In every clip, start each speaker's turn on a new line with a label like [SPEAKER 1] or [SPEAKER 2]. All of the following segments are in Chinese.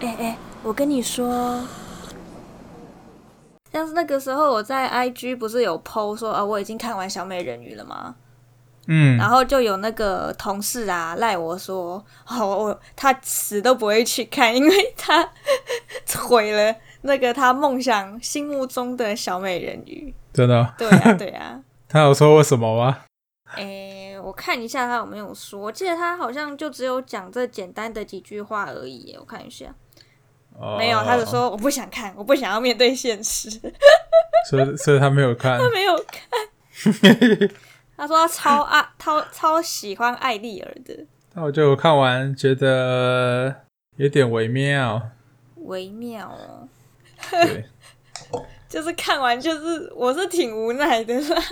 [SPEAKER 1] 哎跟你说，像是那个时候我在 IG 不是有 PO 说啊，我已经看完《小美人鱼》了吗？
[SPEAKER 2] 嗯，
[SPEAKER 1] 然后就有那个同事啊赖我说，哦，我他死都不会去看，因为他 毁了那个他梦想心目中的小美人鱼。
[SPEAKER 2] 真的，
[SPEAKER 1] 对 啊，对啊。
[SPEAKER 2] 他有说过什么吗？
[SPEAKER 1] 诶、我看一下他有没有说，我记得他好像就只有讲这简单的几句话而已耶。我看一下，
[SPEAKER 2] 哦
[SPEAKER 1] 没有，他就，说我不想看，我不想要面对现实，
[SPEAKER 2] 所以所以他没 有看，
[SPEAKER 1] 没有看。 他说他超爱，超超喜欢艾丽儿的，
[SPEAKER 2] 那我就看完觉得有点 微妙，
[SPEAKER 1] 微妙哦，
[SPEAKER 2] 对，
[SPEAKER 1] 就是看完就是我是挺无奈的啦。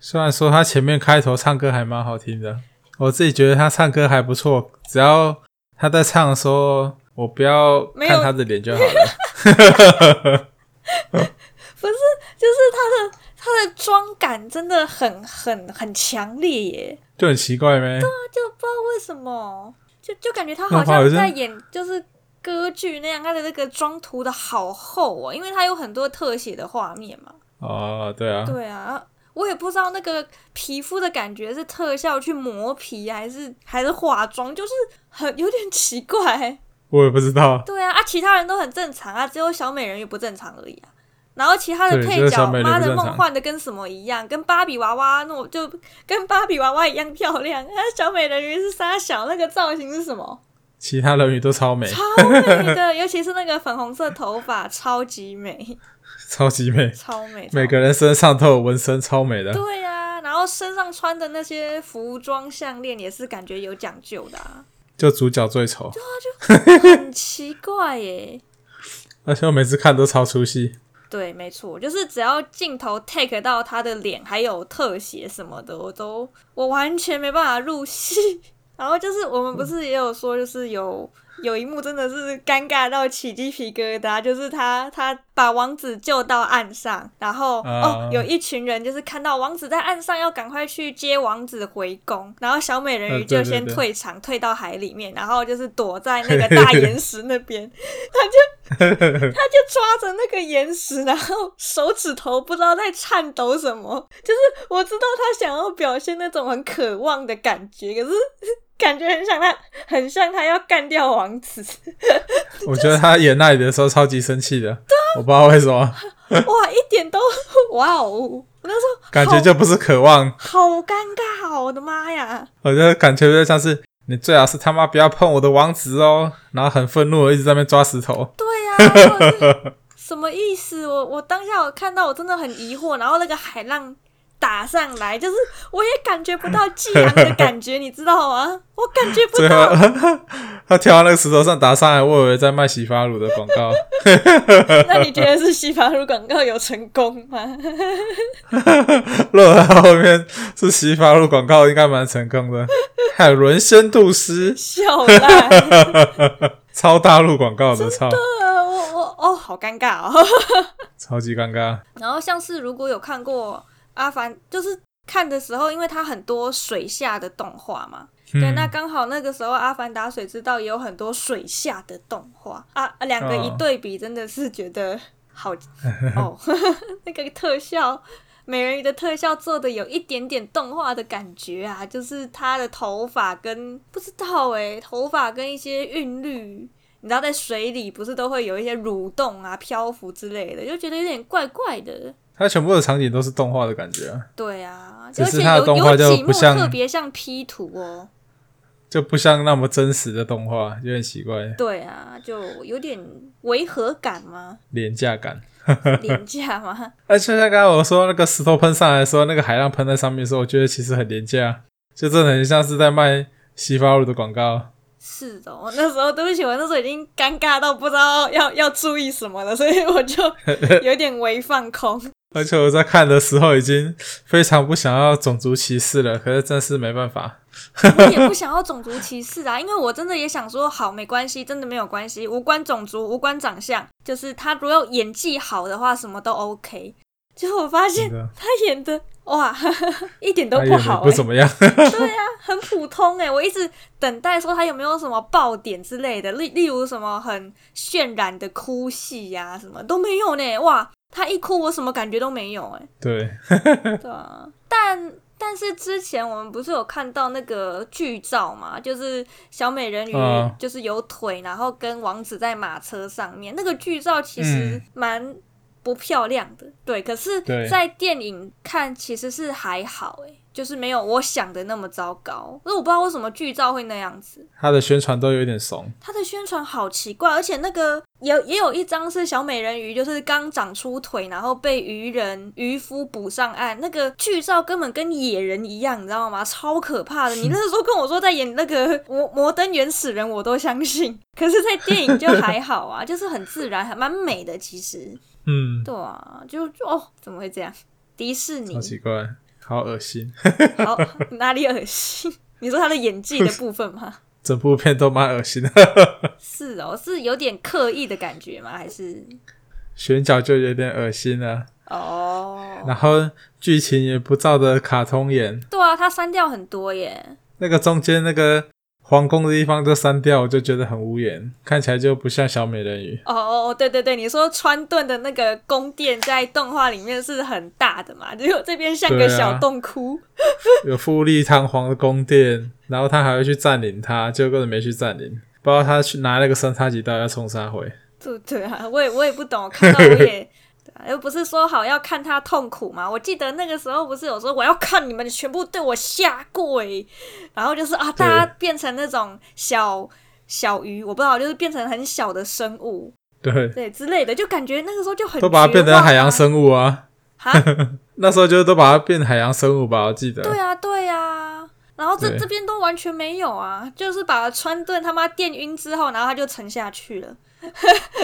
[SPEAKER 2] 虽然说他前面开头唱歌还蛮好听的，我自己觉得他唱歌还不错，只要他在唱的时候，我不要
[SPEAKER 1] 没有
[SPEAKER 2] 看他的脸就好了。
[SPEAKER 1] 就是他的他的妆感真的很很很强烈耶，
[SPEAKER 2] 就很奇怪呗，
[SPEAKER 1] 就不知道为什么，就就感觉他
[SPEAKER 2] 那
[SPEAKER 1] 好
[SPEAKER 2] 华尔
[SPEAKER 1] 像
[SPEAKER 2] 兹
[SPEAKER 1] 在演就是歌剧那样，他的那个妆涂的好厚哦，因为他有很多特写的画面嘛。
[SPEAKER 2] 哦，对啊，
[SPEAKER 1] 对啊，我也不知道那个皮肤的感觉是特效去磨皮，还是还是化妆，就是很有点奇怪。
[SPEAKER 2] 我也不知道，
[SPEAKER 1] 对啊，啊，其他人都很正常啊，只有小美人鱼不正常而已啊。然后其他的
[SPEAKER 2] 对
[SPEAKER 1] 配
[SPEAKER 2] 只有
[SPEAKER 1] 角
[SPEAKER 2] 小，美人鱼
[SPEAKER 1] 妈
[SPEAKER 2] 不
[SPEAKER 1] 的
[SPEAKER 2] 正
[SPEAKER 1] 梦
[SPEAKER 2] 常
[SPEAKER 1] 幻的跟什么一样，跟芭比娃娃那我就跟芭比娃娃一样漂亮。啊，小美人鱼是傻小，那个造型是什么？
[SPEAKER 2] 其他人鱼都超美，
[SPEAKER 1] 超美 的，尤其是那个粉红色头发，超级美，
[SPEAKER 2] 超级美，
[SPEAKER 1] 超美。超
[SPEAKER 2] 每个人身上都有纹身，超美 的。
[SPEAKER 1] 对呀、然后身上穿的那些服装项链也是感觉有讲究的、啊，
[SPEAKER 2] 就主角最丑，
[SPEAKER 1] 很奇怪耶。
[SPEAKER 2] 而且我每次看都超出戏。
[SPEAKER 1] 对，没错，就是只要镜头 take 到他的脸，还有特写什么的，我都我完全没办法入戏。 然后就是我
[SPEAKER 2] 嗯
[SPEAKER 1] 们不是也有说，就是有有一幕真的是尴尬到起鸡皮疙瘩，就是他他把王子救到岸上，然后、
[SPEAKER 2] 啊
[SPEAKER 1] 哦有一群人就是看到王子在岸上，要赶快去接王子回宫，然后小美人鱼
[SPEAKER 2] 呃对
[SPEAKER 1] 就
[SPEAKER 2] 对
[SPEAKER 1] 先
[SPEAKER 2] 对
[SPEAKER 1] 退场，退到海里面，然后就是躲在那个大岩石那边， 他就抓着那个岩石，然后手指头不知道在颤抖什么。就是我知道他想要表现那种很渴望的感觉，可是感觉很想他，很像他要干掉王子。
[SPEAKER 2] 我觉得他演那里的时候超级生气的，我不知道为什么，
[SPEAKER 1] 哇，一点都 哇哦！我那时候
[SPEAKER 2] 感觉就不是渴望，
[SPEAKER 1] 好尴尬哦，我的妈呀！
[SPEAKER 2] 我觉得感觉就像是你最好是他妈不要碰我的王子哦，然后很愤怒的一直在那边抓石头。
[SPEAKER 1] 对呀、或者 是什么意思？我我当下我看到我真的很疑惑，然后那个海浪打上来，就是我也感觉不到激昂的感觉，你知道 吗？我感觉不
[SPEAKER 2] 最
[SPEAKER 1] 到
[SPEAKER 2] 后。 他跳到那个石头上打上来，我以为在卖洗发乳的广告，
[SPEAKER 1] 那你觉得是洗发乳广告有成功 吗？
[SPEAKER 2] 落到后面是洗发乳广告，应该蛮成功的。海伦仙度斯
[SPEAKER 1] 笑烂，
[SPEAKER 2] 超大陆广告的，操，
[SPEAKER 1] 呃我我哦，好尴尬哦。
[SPEAKER 2] 超级尴尬。
[SPEAKER 1] 然后像是如果有看过《阿凡》，就是看的时候，因为它很多水下的动画嘛，对，
[SPEAKER 2] 嗯
[SPEAKER 1] 那刚好那个时候《阿凡达：水之道》也有很多水下的动画啊，啊两个
[SPEAKER 2] 哦
[SPEAKER 1] 一对比，真的是觉得 好哦， 那个特效。美人鱼的特效做的有一点点动画的感觉啊，就是她的头发跟不知道诶、头发跟一些韵律，你知道在水里不是都会有一些蠕动啊、漂浮之类的，就觉得有点怪怪的。
[SPEAKER 2] 它全部的场景都是动画的感觉啊、
[SPEAKER 1] 对啊，
[SPEAKER 2] 只
[SPEAKER 1] 而
[SPEAKER 2] 是
[SPEAKER 1] 且
[SPEAKER 2] 它的
[SPEAKER 1] 有
[SPEAKER 2] 动画
[SPEAKER 1] 有
[SPEAKER 2] 就
[SPEAKER 1] 几幕
[SPEAKER 2] 不像
[SPEAKER 1] 特别像 P 图哦。
[SPEAKER 2] 就不像那么真实的动画，有点奇怪，
[SPEAKER 1] 对啊，就有点违和感 吗？
[SPEAKER 2] 廉价感。
[SPEAKER 1] 廉价吗？
[SPEAKER 2] 而且哎像刚刚我说那个石头喷上来的时候，那个海浪喷在上面的时候，我觉得其实很廉价，就真的很像是在卖洗发乳的广告。
[SPEAKER 1] 是的，我那时候对不起，我那时候已经尴尬到不知道要要注意什么了，所 以我就有点微放空。
[SPEAKER 2] 而且我在看的时候已经非常不想要种族歧视了，可是真是没办法。
[SPEAKER 1] 我也不想要种族歧视啊，因为我真的也想说，好，没关系，真的没有关系，无关种族，无关长相，就是他如果演技好的话，什么都 OK。结果我发现
[SPEAKER 2] 真的
[SPEAKER 1] 他演的哇， 一 点都
[SPEAKER 2] 嗯
[SPEAKER 1] 不
[SPEAKER 2] 他演
[SPEAKER 1] 好、
[SPEAKER 2] 的
[SPEAKER 1] 欸，
[SPEAKER 2] 不怎么样。
[SPEAKER 1] 很普通哎、我一直等待说他有没有什么爆点之类的，例例如什么很渲染的哭戏呀、什么都没有呢、哇，他一哭我什么感觉都没有哎、
[SPEAKER 2] 对，
[SPEAKER 1] 对啊，但但是之前我们不是有看到那个剧照嘛，就是小美人鱼
[SPEAKER 2] 嗯
[SPEAKER 1] 就是有腿，然后跟王子在马车上面，那个剧照其实
[SPEAKER 2] 嗯
[SPEAKER 1] 蛮不漂亮的，对，可是
[SPEAKER 2] 对，
[SPEAKER 1] 在电影看其实是还好、欸，就是没有我想的那么糟糕。可是我不知道为什么剧照会那样子，
[SPEAKER 2] 他的宣传都有点怂。
[SPEAKER 1] 它的宣传好奇怪，而且那个也也有一张是小美人鱼，就是刚长出腿，然后被渔人渔夫捕上岸，那个剧照根本跟野人一样，你知道吗？超可怕的！你那时候跟我说在演那个摩摩登原始人，我都相信，可是，在电影就还好啊，就是很自然，还蛮美的。其实，
[SPEAKER 2] 嗯，
[SPEAKER 1] 对啊，就就哦，怎么会这样？迪士尼
[SPEAKER 2] 好奇怪，好恶心，
[SPEAKER 1] 好，哪里恶心？ 你说他的演技的部分吗？
[SPEAKER 2] 整部片都蛮恶心的，
[SPEAKER 1] 是哦，是有点刻意的感觉吗？还是
[SPEAKER 2] 选角就有点恶心了，
[SPEAKER 1] 哦？
[SPEAKER 2] 然后剧情也不照着卡通演，
[SPEAKER 1] 对啊，他删掉很多耶。
[SPEAKER 2] 那个中间那个皇宫的地方都删掉，我就觉得很无言，看起来就不像小美人鱼。
[SPEAKER 1] 哦哦哦，对对对，你说川顿的那个宫殿在动画里面是很大的嘛，结果这边像个
[SPEAKER 2] 对啊
[SPEAKER 1] 小洞窟。
[SPEAKER 2] 有富丽堂皇的宫殿，然后他还会去占领它，结果根本没去占领，不知道他去拿那个三叉戟刀要冲杀回。
[SPEAKER 1] 对对啊，我也我也不懂，我看到我也。对啊又不是说好要看他痛苦嘛？我记得那个时候不是有说我要看你们全部对我下跪，然后就是啊，大家变成那种小小鱼，我不知道，就是变成很小的生物，
[SPEAKER 2] 对，
[SPEAKER 1] 对之类的，就感觉那个时候就很
[SPEAKER 2] 都把它变
[SPEAKER 1] 绝
[SPEAKER 2] 成
[SPEAKER 1] 望啊
[SPEAKER 2] 海洋生物啊，
[SPEAKER 1] 哈，
[SPEAKER 2] 那时候就都把它变海洋生物吧，我记得。
[SPEAKER 1] 对啊，对啊。然后这
[SPEAKER 2] 对
[SPEAKER 1] 这边都完全没有啊，就是把川顿他妈电晕之后，然后他就沉下去了。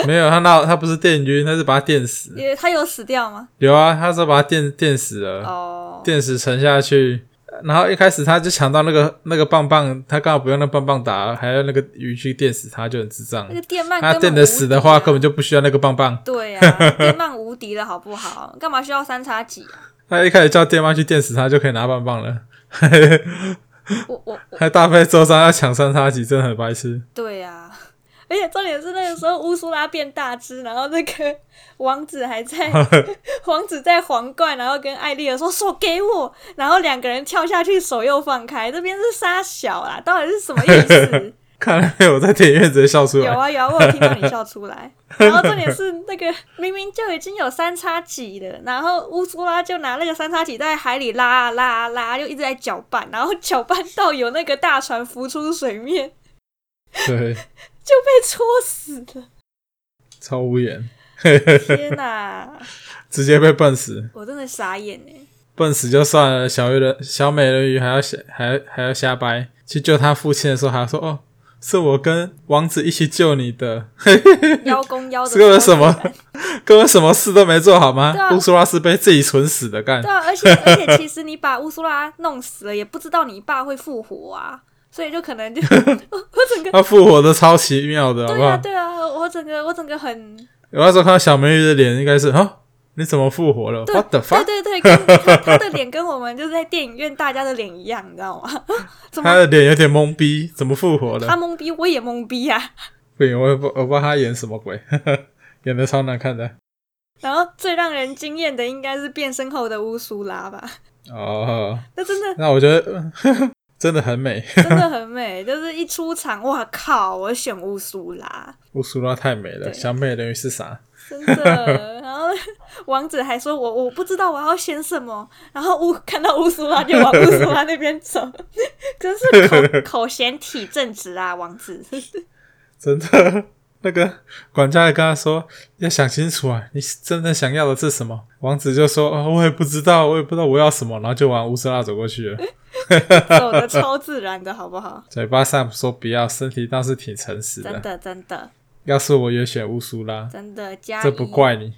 [SPEAKER 2] 没有，他那他不是电晕，他是把它电死。
[SPEAKER 1] 也他有死掉吗？
[SPEAKER 2] 有啊，他是把它电电死了，
[SPEAKER 1] 哦，
[SPEAKER 2] 电死沉下去。然后一开始他就抢到那个那个棒棒，他刚好不用那棒棒打，还要那个鱼去电死他，就很智障
[SPEAKER 1] 那。个电鳗根
[SPEAKER 2] 他
[SPEAKER 1] 本
[SPEAKER 2] 电的死的话，
[SPEAKER 1] 无敌啊
[SPEAKER 2] 根本就不需要那个棒棒。
[SPEAKER 1] 对 啊，电鳗无敌了，好不好？干嘛需要三叉戟啊？
[SPEAKER 2] 他一开始叫电妈去电死他，就可以拿棒棒 了。
[SPEAKER 1] 我我我，
[SPEAKER 2] 还大费周章要抢三叉戟，真的很白痴。
[SPEAKER 1] 对啊。而且重点是那个时候乌苏拉变大只，然后那个王子还 在王子在皇冠，然后跟艾丽儿说手给我，然后两个人跳下去，手又放开，这边是杀小啦，到底是什么意思？
[SPEAKER 2] 看来没有我在电影院直接笑出
[SPEAKER 1] 有
[SPEAKER 2] 来。
[SPEAKER 1] 啊有啊，我有听到你笑出 来。然后重点是那个明明就已经有三叉戟了，然后乌苏拉就拿那个三叉戟在海里拉啊拉啊拉，就一直在搅拌，然后搅拌到有那个大船浮出水面，
[SPEAKER 2] 对，
[SPEAKER 1] 就被戳死 了。
[SPEAKER 2] 超无言，
[SPEAKER 1] 天哪、
[SPEAKER 2] 直接被笨死，
[SPEAKER 1] 我真的傻眼哎！
[SPEAKER 2] 笨死就算了，小鱼人、小美人鱼还要瞎还还要瞎掰。去救他父亲的时候，还说：“哦，是我跟王子一起救你的，
[SPEAKER 1] 邀功邀的
[SPEAKER 2] 这个有什么根本什么事都没做好吗
[SPEAKER 1] 对？”啊
[SPEAKER 2] 乌苏拉是被自己蠢死的干
[SPEAKER 1] 对。啊，而且而且，其实你把乌苏拉弄死了，也不知道你爸会复活啊，所以就可 能就 我我整个
[SPEAKER 2] 他复活的超奇妙的，好不
[SPEAKER 1] 对啊对啊，
[SPEAKER 2] 好？
[SPEAKER 1] 我整个我整个很
[SPEAKER 2] 我那时候看到小美人鱼的脸，应该是哦，你怎么复活了
[SPEAKER 1] 对
[SPEAKER 2] ？What the fuck？
[SPEAKER 1] 对对对， 跟他他的脸跟我们就是在电影院大家的脸一样，你知道吗？ 怎
[SPEAKER 2] 他
[SPEAKER 1] 么
[SPEAKER 2] 的脸有点懵逼，怎么复活了
[SPEAKER 1] 他？懵逼，我也懵逼啊！
[SPEAKER 2] 不行，我也不我不知道他演什么鬼， 演的超难看的。
[SPEAKER 1] 然后最让人惊艳的应该是变身后的乌苏拉吧，
[SPEAKER 2] 哦，
[SPEAKER 1] 那真的
[SPEAKER 2] 那我觉得 真的很美，
[SPEAKER 1] 真的很美，就是一出场，哇靠，我选乌苏拉，
[SPEAKER 2] 乌苏拉太美了，
[SPEAKER 1] 对
[SPEAKER 2] 小美人鱼是啥？
[SPEAKER 1] 真的。 然后王子还说我我不知道我要选什么，然后乌看到乌苏拉就往乌苏拉那边走， 真是口 口嫌体正直啊，王子。
[SPEAKER 2] 真的， 那个管家也跟他说要想清楚啊，你真的想要的是什么？王子就说，哦，我也不知道，我也不知道我要什么，然后就往乌苏拉走过去了，
[SPEAKER 1] 走的超自然的，好不好？
[SPEAKER 2] 嘴巴上说不要，身体倒是挺诚实
[SPEAKER 1] 真
[SPEAKER 2] 的。
[SPEAKER 1] 的，真的，
[SPEAKER 2] 要是我也选乌苏拉，
[SPEAKER 1] 真的加
[SPEAKER 2] 这不
[SPEAKER 1] 一。
[SPEAKER 2] 怪你。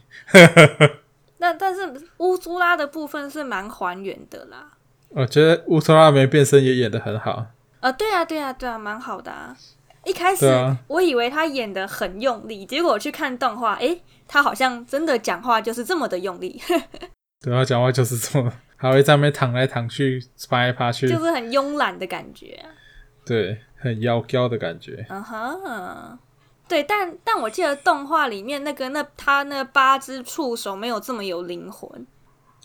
[SPEAKER 1] 那但是乌苏拉的部分是蛮还原的啦。
[SPEAKER 2] 我觉得乌苏拉没变身也演得很好，
[SPEAKER 1] 呃，对啊，对啊，对啊，蛮好的啊。一开始
[SPEAKER 2] 对啊
[SPEAKER 1] 我以为他演的很用力，结果我去看动 画，诶，他好像真的讲话就是这么的用力。
[SPEAKER 2] 对他讲话就是这么 还会在那边躺来躺去、爬来爬去，
[SPEAKER 1] 就是很慵懒的感觉。
[SPEAKER 2] 对，很妖娇的感觉。
[SPEAKER 1] 嗯哼，对，但但我记得动画里面那个那他那八只触手没有这么有灵魂，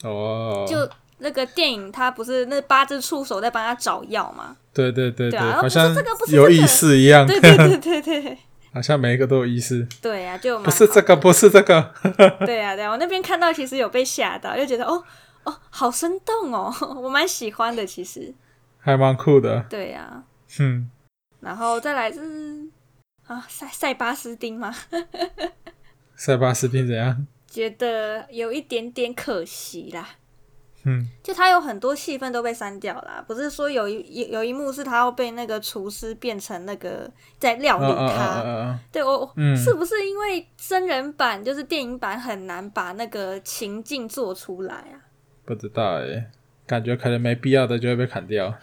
[SPEAKER 2] 哦，
[SPEAKER 1] 就那个电影他不是那八只触手在帮他找药吗？
[SPEAKER 2] 对对对
[SPEAKER 1] 对啊
[SPEAKER 2] 好
[SPEAKER 1] 不是
[SPEAKER 2] 像
[SPEAKER 1] 这个不是
[SPEAKER 2] 有
[SPEAKER 1] 这
[SPEAKER 2] 意
[SPEAKER 1] 个
[SPEAKER 2] 识一样，
[SPEAKER 1] 对对对对对，
[SPEAKER 2] 好像每一个都有意识。
[SPEAKER 1] 对啊，就蛮
[SPEAKER 2] 不是这个，不是这个，
[SPEAKER 1] 好对啊对啊，我那边看到其实有被吓到，就觉得哦哦好生动哦， 我蛮喜欢的其实，
[SPEAKER 2] 还蛮酷的。
[SPEAKER 1] 对啊，
[SPEAKER 2] 嗯，
[SPEAKER 1] 然后再来是啊塞塞巴斯丁吗？
[SPEAKER 2] 塞巴斯汀怎样？
[SPEAKER 1] 觉得有一点点可惜啦。
[SPEAKER 2] 嗯，
[SPEAKER 1] 就他有很多戏份都被删掉啦，不是说有一有有一幕是他要被那个厨师变成那个在料
[SPEAKER 2] 啊
[SPEAKER 1] 理
[SPEAKER 2] 啊
[SPEAKER 1] 他，
[SPEAKER 2] 啊啊啊！
[SPEAKER 1] 对我我
[SPEAKER 2] 嗯
[SPEAKER 1] 是不是因为真人版就是电影版很难把那个情境做出来啊？
[SPEAKER 2] 不知道哎，感觉可能没必要的就会被砍掉。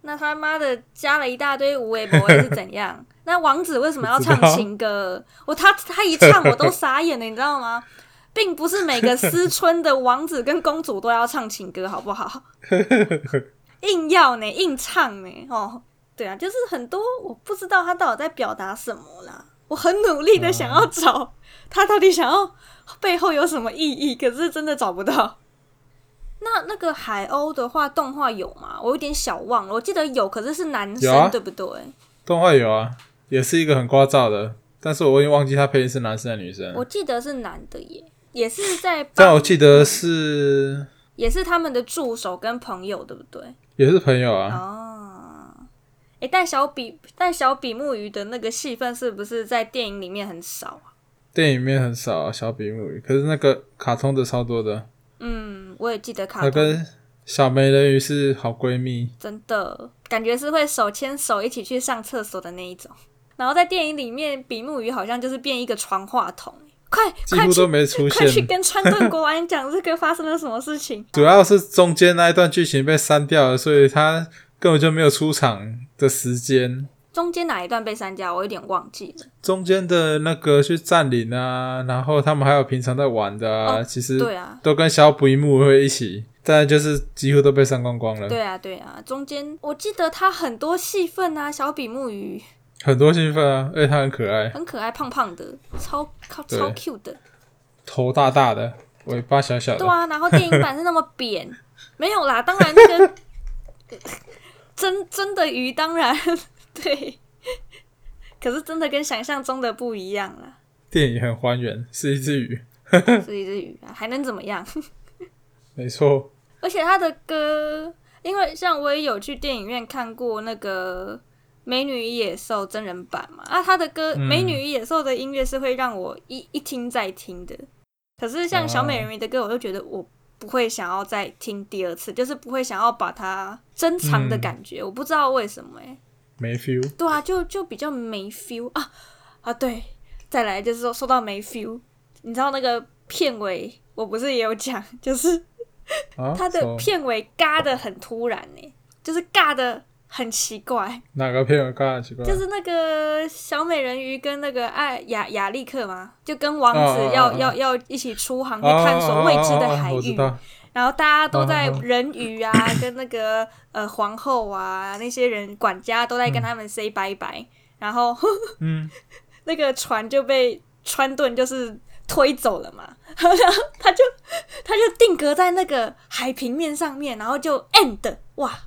[SPEAKER 1] 那他妈的加了一大堆无为博是怎样？那王子为什么要唱情歌？我他他一唱我都傻眼了，你知道吗？并不是每个思春的王子跟公主都要唱情歌，好不好？硬要呢，硬唱呢，哦，对啊，就是很多我不知道他到底在表达什么啦。我很努力
[SPEAKER 2] 嗯
[SPEAKER 1] 的想要找他到底想要背后有什么意义，可是真的找不到。那那个海鸥的话，动画有吗？我有点小忘了，我记得有，可是是男生，
[SPEAKER 2] 有啊
[SPEAKER 1] 对不对？
[SPEAKER 2] 动画有啊，也是一个很聒噪的，但是我已经忘记他配音是男生还是女生。
[SPEAKER 1] 我记得是男的耶，也是在
[SPEAKER 2] 但我
[SPEAKER 1] 帮，
[SPEAKER 2] 记得是
[SPEAKER 1] 也是他们的助手跟朋友，对不对？
[SPEAKER 2] 也是朋友啊，
[SPEAKER 1] 哦，哎，但小比但小比目鱼的那个戏份是不是在电影里面很少啊？
[SPEAKER 2] 电影里面很少、啊、小比目鱼，可是那个卡通的超多的。
[SPEAKER 1] 嗯，我也记得卡
[SPEAKER 2] 她
[SPEAKER 1] 通，
[SPEAKER 2] 跟小美人鱼是好闺蜜，
[SPEAKER 1] 真的感觉是会手牵手一起去上厕所的那一种。然后在电影里面，比目鱼好像就是变一个传话筒，快
[SPEAKER 2] 几
[SPEAKER 1] 快
[SPEAKER 2] 乎
[SPEAKER 1] 去
[SPEAKER 2] 都没出
[SPEAKER 1] 快去
[SPEAKER 2] 现。
[SPEAKER 1] 跟川顿国王讲这个发生了什么事情。
[SPEAKER 2] 主要是中间那一段剧情被删掉了，所以她根本就没有出场的时间。
[SPEAKER 1] 中间哪一段被删掉，我有点忘记了。
[SPEAKER 2] 中间的那个去占领啊，然后他们还有平常在玩的啊，
[SPEAKER 1] 哦
[SPEAKER 2] 其实
[SPEAKER 1] 对啊，
[SPEAKER 2] 都跟小比目鱼会一起，但就是几乎都被删光光了。
[SPEAKER 1] 对啊，对啊，中间我记得他很多戏份啊，小比目鱼
[SPEAKER 2] 很多兴奋啊，而且她很可爱，
[SPEAKER 1] 很可爱，胖胖的，超超
[SPEAKER 2] 对
[SPEAKER 1] 超 Q 的。
[SPEAKER 2] 头大大的，尾巴小小的
[SPEAKER 1] 对。啊，然后电影版是那么扁，没有啦，当然那个 真真的鱼当然 对，可是真的跟想象中的不一样啦，
[SPEAKER 2] 电影很还原，是一只鱼，
[SPEAKER 1] 是一只鱼啊，还能怎么样？
[SPEAKER 2] 没错。
[SPEAKER 1] 而且他的歌，因为像我也有去电影院看过那个《美女与野兽》真人版嘛，啊，他的歌《
[SPEAKER 2] 嗯
[SPEAKER 1] 美女与野兽》的音乐是会让我一一听再听的。可是像小美人鱼的歌，我就觉得我不会想要再听第二次，就是不会想要把它珍藏的感觉，我不知道为什么哎、
[SPEAKER 2] 没 feel，
[SPEAKER 1] 对啊，就就比较没 feel 啊啊！对，再来就是说说到没 feel，你知道那个片尾我不是也有讲，就是
[SPEAKER 2] 啊，
[SPEAKER 1] 它
[SPEAKER 2] 什
[SPEAKER 1] 的
[SPEAKER 2] 么
[SPEAKER 1] 片尾嘎的很突然呢、就是嘎的很奇怪，
[SPEAKER 2] 哪个片有刚刚奇怪？
[SPEAKER 1] 就是那个小美人鱼跟那个艾雅雅利克嘛，就跟王
[SPEAKER 2] 哦哦
[SPEAKER 1] 子要、
[SPEAKER 2] 哦哦
[SPEAKER 1] 要要一起出航去探索未知的海
[SPEAKER 2] 哦哦哦哦哦我知
[SPEAKER 1] 域，
[SPEAKER 2] 道，
[SPEAKER 1] 然后大家都在
[SPEAKER 2] 哦哦哦
[SPEAKER 1] 人鱼 啊，跟那个呃皇后啊那些人管家都在跟他们 say 拜拜，然后
[SPEAKER 2] 嗯，
[SPEAKER 1] 那个船就被川顿就是推走了嘛， 然后他就他就定格在那个海平面上面，然后就 end，哇，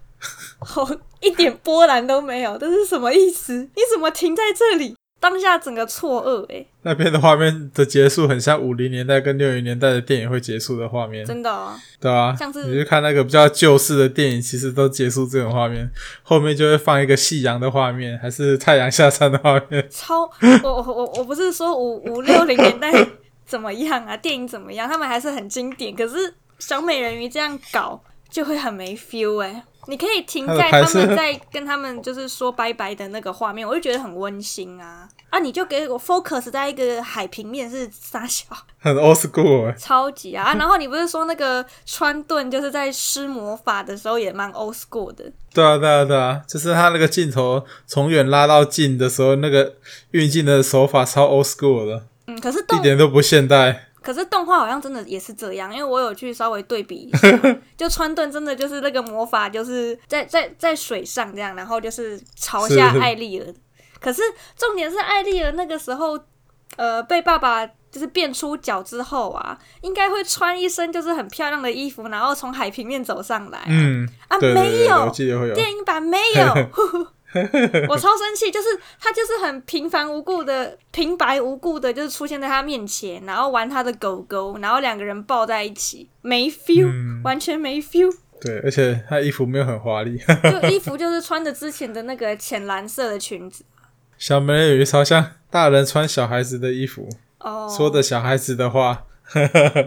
[SPEAKER 1] 好一点波澜都没有，这是什么意思？你怎么停在这里？当下整个错愕、欸，
[SPEAKER 2] 那边的画面的结束很像五零年代跟六零年代的电影会结束的画面，
[SPEAKER 1] 真的、哦，
[SPEAKER 2] 对啊，
[SPEAKER 1] 像是
[SPEAKER 2] 你去看那个比较旧式的电影，其实都结束这种画面，后面就会放一个夕阳的画面，还是太阳下山的画面。
[SPEAKER 1] 超我我我我不是说五五六零年代怎么样啊，电影怎么样，他们还是很经典，可是小美人鱼这样搞就会很没 feel 哎、你可以停在他
[SPEAKER 2] 他的拍摄
[SPEAKER 1] 们在跟他们就是说拜拜的那个画面，我就觉得很温馨啊啊！你就给我 focus 在一个海平面是傻小，
[SPEAKER 2] 很 old school，、欸、
[SPEAKER 1] 超级啊！啊然后你不是说那个川顿就是在施魔法的时候也蛮 old school 的，
[SPEAKER 2] 对啊，对啊，对啊，就是他那个镜头从远拉到近的时候，那个运镜的手法超 old school 的，
[SPEAKER 1] 嗯，可是动
[SPEAKER 2] 一点都不现代。
[SPEAKER 1] 可是动画好像真的也是这样，因为我有去稍微对比一 下，就川顿真的就是那个魔法，就是在在在水上这样，然后就是朝下
[SPEAKER 2] 是
[SPEAKER 1] 艾丽儿。可是重点是艾丽儿那个时候，呃，被爸爸就是变出脚之后啊，应该会穿一身就是很漂亮的衣服，然后从海平面走上来啊、
[SPEAKER 2] 嗯，
[SPEAKER 1] 啊，
[SPEAKER 2] 对对
[SPEAKER 1] 没
[SPEAKER 2] 对，
[SPEAKER 1] 有
[SPEAKER 2] 我，记得会有，
[SPEAKER 1] 电影版没有， 我超生气，就是他就是很平凡无故的、平白无故的，就是出现在他面前，然后玩他的狗狗，然后两个人抱在一起，没 feel，、
[SPEAKER 2] 嗯，
[SPEAKER 1] 完全没 feel，
[SPEAKER 2] 对，而且他衣服没有很华丽，
[SPEAKER 1] 就衣服就是穿着之前的那个浅蓝色的裙子。
[SPEAKER 2] 小美人鱼超像大人穿小孩子的衣服，
[SPEAKER 1] 哦、
[SPEAKER 2] 说的小孩子的话，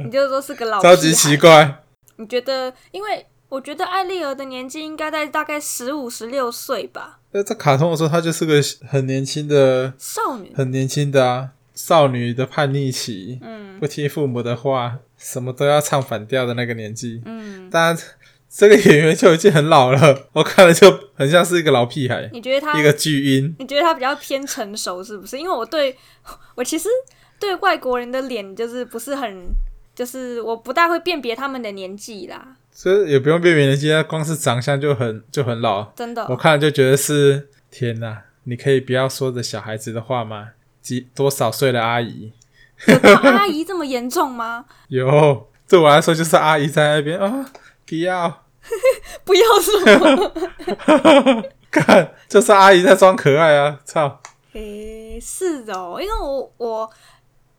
[SPEAKER 1] 你就说哦是个啊老
[SPEAKER 2] 超级
[SPEAKER 1] 屁孩
[SPEAKER 2] 奇怪。
[SPEAKER 1] 你觉得？因为我觉得艾丽儿的年纪应该在大概十五、十六岁吧，
[SPEAKER 2] 那呃在卡通的时候，她就是个很年轻的、
[SPEAKER 1] 少女。
[SPEAKER 2] 很年轻的啊，少女的叛逆期，
[SPEAKER 1] 嗯
[SPEAKER 2] 不听父母的话，什么都要唱反调的那个年纪。
[SPEAKER 1] 嗯，
[SPEAKER 2] 当然，这个演员就已经很老了， 我看了就很像是一个老屁孩，
[SPEAKER 1] 你觉得她
[SPEAKER 2] 一个巨婴。
[SPEAKER 1] 你觉得他比较偏成熟是不是？因为我对我其实对外国人的脸就是不是很，就是我不大会辨别他们的年纪啦，
[SPEAKER 2] 所以也不用辨别年纪，他光是长相就很就很老。
[SPEAKER 1] 真的
[SPEAKER 2] 我。看了就觉得是天哪！你可以不要说着小孩子的话吗？几多少岁的阿姨？
[SPEAKER 1] 有到阿姨这么严重吗？
[SPEAKER 2] 有对我来说就是阿姨在那边啊，不要
[SPEAKER 1] 不要说。
[SPEAKER 2] 看，就是阿姨在装可爱啊！操，
[SPEAKER 1] 诶、是哦，因为我我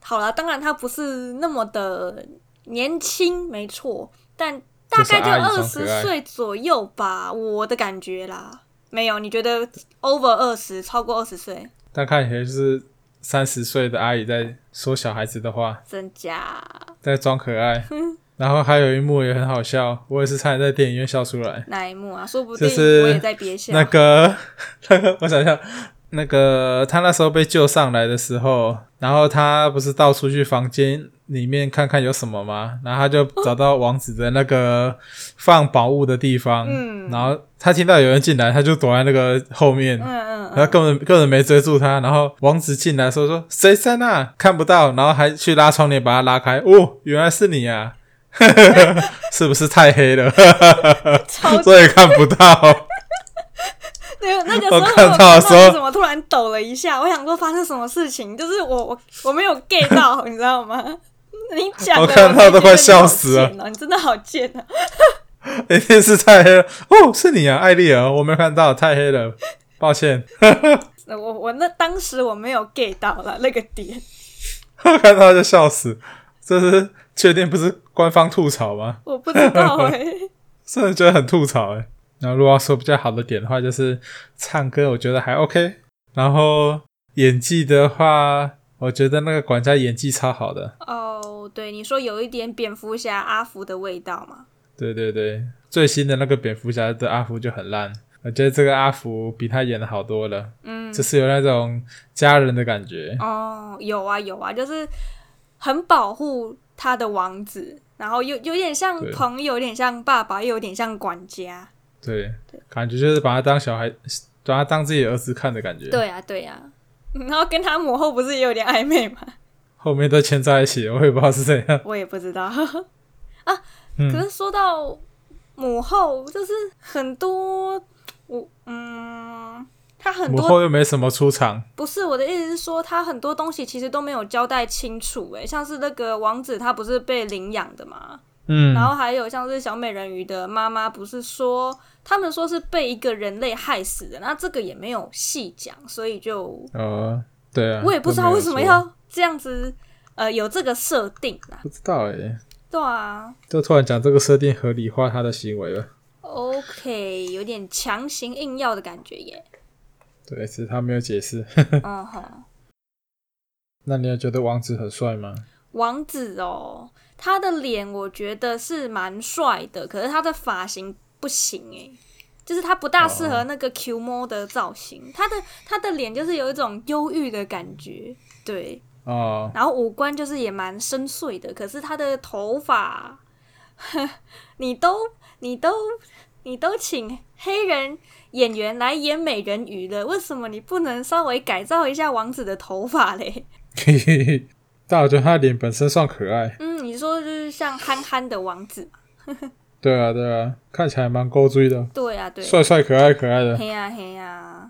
[SPEAKER 1] 好了，当然他不是那么的年轻，没错，但大概就二
[SPEAKER 2] 就是
[SPEAKER 1] 十
[SPEAKER 2] 阿姨装可爱
[SPEAKER 1] 岁左右吧，我的感觉啦。没有，你觉得 over 二十，超过二十岁，
[SPEAKER 2] 但看起来就是三十岁的阿姨在说小孩子的话，
[SPEAKER 1] 真假？
[SPEAKER 2] 在装可爱。然后还有一幕也很好笑，我也是差点在电影院笑出来。
[SPEAKER 1] 那一幕啊，说不定
[SPEAKER 2] 就是
[SPEAKER 1] 我也在憋笑。
[SPEAKER 2] 那个 那个，我想一下，那个他那时候被救上来的时候，然后他不是到处去房间里面看看有什么吗？然后他就找到王子的那个放宝物的地方，
[SPEAKER 1] 嗯
[SPEAKER 2] 然后他听到有人进来，他就躲在那个后面。
[SPEAKER 1] 嗯嗯
[SPEAKER 2] 然后根本根本没追住他，然后王子进来说说谁在那看不到，然后还去拉窗帘把他拉开，哦，原来是你啊， 是不是太黑了，
[SPEAKER 1] 嗯，超
[SPEAKER 2] 所以看不到？
[SPEAKER 1] 那个那个时候
[SPEAKER 2] 我
[SPEAKER 1] 我
[SPEAKER 2] 看到的时候
[SPEAKER 1] 你怎么突然抖了一下？我想说发生什么事情，就是我我我没有 get 到，你知道吗？你讲的
[SPEAKER 2] 我看到都快笑死了
[SPEAKER 1] 我就觉得你好贱哦，你真的好贱啊！
[SPEAKER 2] 一定是太黑了。哦，是你啊，艾丽儿，我没有看到，太黑了，抱歉。
[SPEAKER 1] 我我那当时我没有 get 到了那个点，
[SPEAKER 2] 看到就笑死，这是确定不是官方吐槽吗？
[SPEAKER 1] 我不知道 哎、
[SPEAKER 2] 真的觉得很吐槽哎、然后如果要说比较好的点的话，就是唱歌我觉得还 OK，然后演技的话，我觉得那个管家演技超好的。
[SPEAKER 1] 哦，对，你说有一点蝙蝠侠阿福的味道嘛？
[SPEAKER 2] 对对对，最新的那个蝙蝠侠的阿福就很烂，我觉得这个阿福比他演的好多了，
[SPEAKER 1] 嗯，
[SPEAKER 2] 就是有那种家人的感觉。
[SPEAKER 1] 哦，有啊有啊，就是很保护他的王子，然后有有点像
[SPEAKER 2] 对
[SPEAKER 1] 朋友，有点像爸爸，又有点像管家。
[SPEAKER 2] 对，感觉就是把他当小孩，把他当自己的儿子看的感觉。，
[SPEAKER 1] 对啊，对啊。 然后跟他母后不是也有点暧昧吗？
[SPEAKER 2] 后面都牵在一起，我也不知道是怎样。
[SPEAKER 1] 我也不知道。 啊可
[SPEAKER 2] 嗯，
[SPEAKER 1] 是说到母后，就是很多我嗯，他很
[SPEAKER 2] 母
[SPEAKER 1] 多
[SPEAKER 2] 后又没什么出场，
[SPEAKER 1] 不是我的意思是说，他很多东西其实都没有交代清楚。诶，像是那个王子他不是被领养的嘛，
[SPEAKER 2] 嗯，
[SPEAKER 1] 然后还有像是小美人鱼的妈妈，不是说他们说是被一个人类害死的，那这个也没有细讲，所以就
[SPEAKER 2] 呃，对啊，
[SPEAKER 1] 我也不知道
[SPEAKER 2] 都没有
[SPEAKER 1] 为什么
[SPEAKER 2] 说，
[SPEAKER 1] 要这样子，呃，有这个设定啦。
[SPEAKER 2] 不知道哎、
[SPEAKER 1] 对啊
[SPEAKER 2] 就突然讲这个设定合理化他的行为了。
[SPEAKER 1] ，OK，有点强行硬要的感觉 耶。
[SPEAKER 2] 对，只是他没有解释。
[SPEAKER 1] 嗯哼，
[SPEAKER 2] 那你有觉得王子很帅吗？
[SPEAKER 1] 王子哦，他的脸我觉得是蛮帅的，可是他的发型不行诶，就是他不大适合那个 Q 模的造型。他的他的脸就是有一种忧郁的感觉，对，
[SPEAKER 2] 哦，
[SPEAKER 1] 然后五官就是也蛮深邃的，可是他的头发， 你都你都你都请黑人演员来演美人鱼了，为什么你不能稍微改造一下王子的头发嘞？
[SPEAKER 2] 但我觉得他的脸本身算可爱。
[SPEAKER 1] 嗯，你说就是像憨憨的王子嘛？
[SPEAKER 2] 对啊，对啊，看起来蛮够追的，
[SPEAKER 1] 对啊，对啊，
[SPEAKER 2] 帅帅可爱可爱的。
[SPEAKER 1] 嘿呀、嘿呀、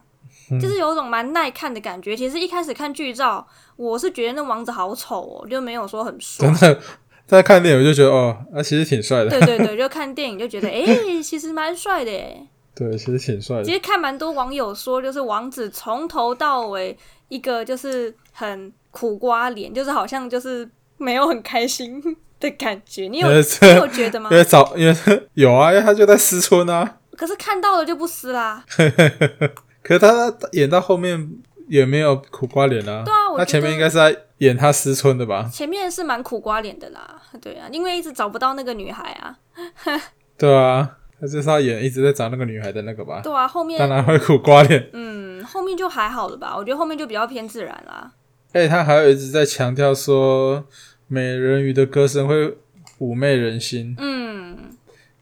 [SPEAKER 2] 嗯
[SPEAKER 1] 就是有种蛮耐看的感觉。其实一开始看剧照，我是觉得那王子好丑哦，就没有说很帅。
[SPEAKER 2] 真的，在看电影我就觉得哦，啊，其实挺帅的。
[SPEAKER 1] 对对对，就看电影就觉 得，哎、其实蛮帅的诶。
[SPEAKER 2] 对，其实挺帅
[SPEAKER 1] 其
[SPEAKER 2] 的。
[SPEAKER 1] 实看蛮多网友说，就是王子从头到尾一个就是很苦瓜脸，就是好像就是没有很开心的感觉。 你有
[SPEAKER 2] 因为
[SPEAKER 1] 你
[SPEAKER 2] 这
[SPEAKER 1] 有觉得吗
[SPEAKER 2] 因？为早，因为 有啊，因为他就在思春啊。
[SPEAKER 1] 可是看到了就不撕啦。
[SPEAKER 2] 可是他演到后面也没有苦瓜脸啊。
[SPEAKER 1] 对啊我
[SPEAKER 2] 他
[SPEAKER 1] 觉
[SPEAKER 2] 前面
[SPEAKER 1] 得
[SPEAKER 2] 应该是在演他思春的吧？
[SPEAKER 1] 前面是蛮苦瓜脸的啦，对啊，因为一直找不到那个女孩啊，
[SPEAKER 2] 对啊，他就是要演一直在找那个女孩的那个吧？
[SPEAKER 1] 对啊，后面
[SPEAKER 2] 当然会苦瓜脸。
[SPEAKER 1] 嗯，后面就还好了吧？我觉得后面就比较偏自然啦。
[SPEAKER 2] 哎、他还有一直在强调说，美人鱼的歌声会妩媚人心，
[SPEAKER 1] 嗯，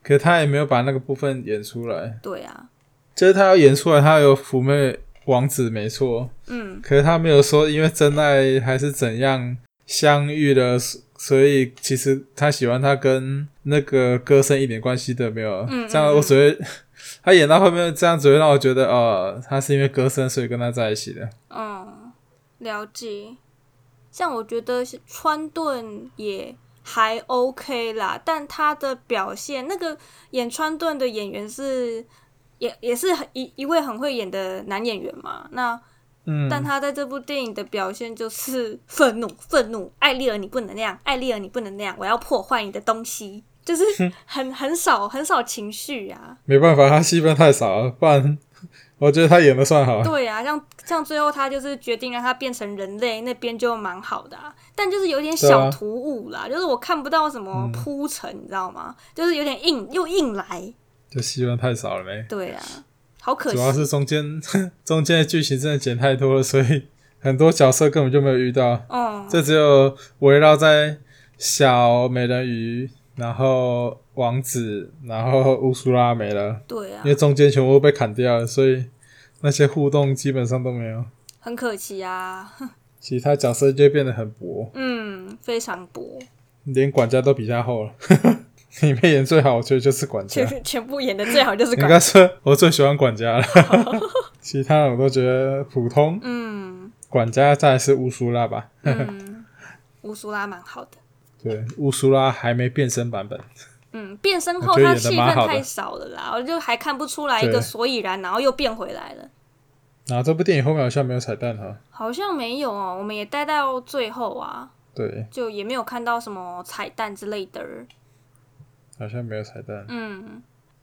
[SPEAKER 2] 可他也没有把那个部分演出来。
[SPEAKER 1] 对啊，
[SPEAKER 2] 就是他要演出来，他有妩媚王子没错，
[SPEAKER 1] 嗯，
[SPEAKER 2] 可是他没有说因为真爱还是怎样相遇了，所所以其实他喜欢他跟那个歌声一点关系都没有。
[SPEAKER 1] 嗯嗯
[SPEAKER 2] 这样我只会他演到后面这样只会让我觉得哦，他是因为歌声所以跟他在一起的。
[SPEAKER 1] 嗯，了解。像我觉得是川顿也还 OK 啦，但他的表现，那个演川顿的演员是也也是很一一位很会演的男演员嘛。那
[SPEAKER 2] 嗯，
[SPEAKER 1] 但他在这部电影的表现就是愤怒，愤怒，艾丽儿你不能那样，艾丽儿你不能那样，我要破坏你的东西，就是很很少很少情绪啊。
[SPEAKER 2] 没办法，他戏份太少了，不然我觉得他演的算 好。
[SPEAKER 1] 对啊，像像最后他就是决定让他变成人类，那边就蛮好的、啊，但就是有点
[SPEAKER 2] 对啊嗯
[SPEAKER 1] 小突兀啦，就是我看不到什么铺陈，你知道吗？就是有点硬又硬来，
[SPEAKER 2] 就戏份太少了没。
[SPEAKER 1] 对啊，好可
[SPEAKER 2] 主要
[SPEAKER 1] 惜。
[SPEAKER 2] 是中间 中间的剧情真的剪太多了，所以很多角色根本就没有遇到，
[SPEAKER 1] 嗯，
[SPEAKER 2] 就只有围绕在小美人鱼，然后王子，然后乌苏拉没了，
[SPEAKER 1] 对啊
[SPEAKER 2] 因，为中间全部被砍掉了，所以那些互动基本上都没有，
[SPEAKER 1] 很可惜啊，
[SPEAKER 2] 其他角色就变得很薄，
[SPEAKER 1] 嗯，非常薄，
[SPEAKER 2] 连管家都比他厚了。 里面演最好，我觉得就是管家。
[SPEAKER 1] 全全部演的最好就是
[SPEAKER 2] 应
[SPEAKER 1] 管
[SPEAKER 2] 该是我最喜欢管家了，其他的我都觉得普通。
[SPEAKER 1] 嗯
[SPEAKER 2] 管家再来是乌苏拉吧，
[SPEAKER 1] 嗯，乌苏拉蛮好的。
[SPEAKER 2] 对，乌苏拉还没变身版本，
[SPEAKER 1] 嗯，变身
[SPEAKER 2] 我
[SPEAKER 1] 后
[SPEAKER 2] 觉
[SPEAKER 1] 他
[SPEAKER 2] 得演得
[SPEAKER 1] 戏
[SPEAKER 2] 蛮
[SPEAKER 1] 份
[SPEAKER 2] 好的
[SPEAKER 1] 太少了啦，我就还看不出来一
[SPEAKER 2] 对
[SPEAKER 1] 个所以然，然后又变回来了，
[SPEAKER 2] 然后这部电影后面好像没有彩蛋哈。
[SPEAKER 1] 好像没有哦。我们也待到最后啊，
[SPEAKER 2] 对，
[SPEAKER 1] 就也没有看到什么彩蛋之类的。
[SPEAKER 2] 好像没有彩蛋。
[SPEAKER 1] 嗯，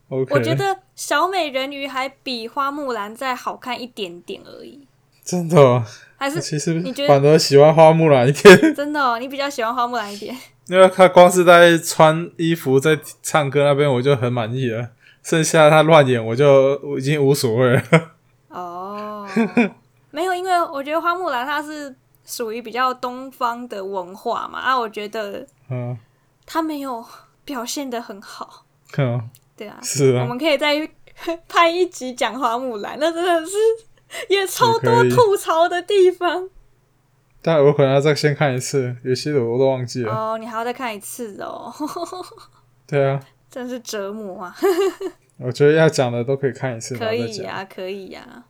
[SPEAKER 2] OK，
[SPEAKER 1] 我觉得小美人鱼还比花木兰再好看一点点而已，
[SPEAKER 2] 真的哦、
[SPEAKER 1] 还
[SPEAKER 2] 我
[SPEAKER 1] 是
[SPEAKER 2] 其实
[SPEAKER 1] 你觉得
[SPEAKER 2] 反而喜欢花木兰 一点，
[SPEAKER 1] 真的、哦，你比较喜欢花木兰一 点。
[SPEAKER 2] 因为她光是在穿衣服、在唱歌那边我就很满意了，剩下她乱演我就我已经无所谓了。
[SPEAKER 1] 哦，没有，因为我觉得花木兰她是属于比较东方的文化嘛，啊，我觉得
[SPEAKER 2] 嗯，
[SPEAKER 1] 她没有表现的很好，
[SPEAKER 2] 嗯
[SPEAKER 1] 对啊，
[SPEAKER 2] 是
[SPEAKER 1] 我
[SPEAKER 2] 啊，
[SPEAKER 1] 们可以再拍一集讲花木兰，那真的是 也超
[SPEAKER 2] 也可
[SPEAKER 1] 多
[SPEAKER 2] 以
[SPEAKER 1] 吐槽的地方
[SPEAKER 2] 但我可能要再先看一次，有些的我都忘记了。
[SPEAKER 1] 哦，你还要再看一次哦，
[SPEAKER 2] 对啊，
[SPEAKER 1] 真是折磨啊！
[SPEAKER 2] 我觉得要讲的都可以看一次，然
[SPEAKER 1] 可
[SPEAKER 2] 后再
[SPEAKER 1] 以啊
[SPEAKER 2] 讲。
[SPEAKER 1] 呀、可以呀、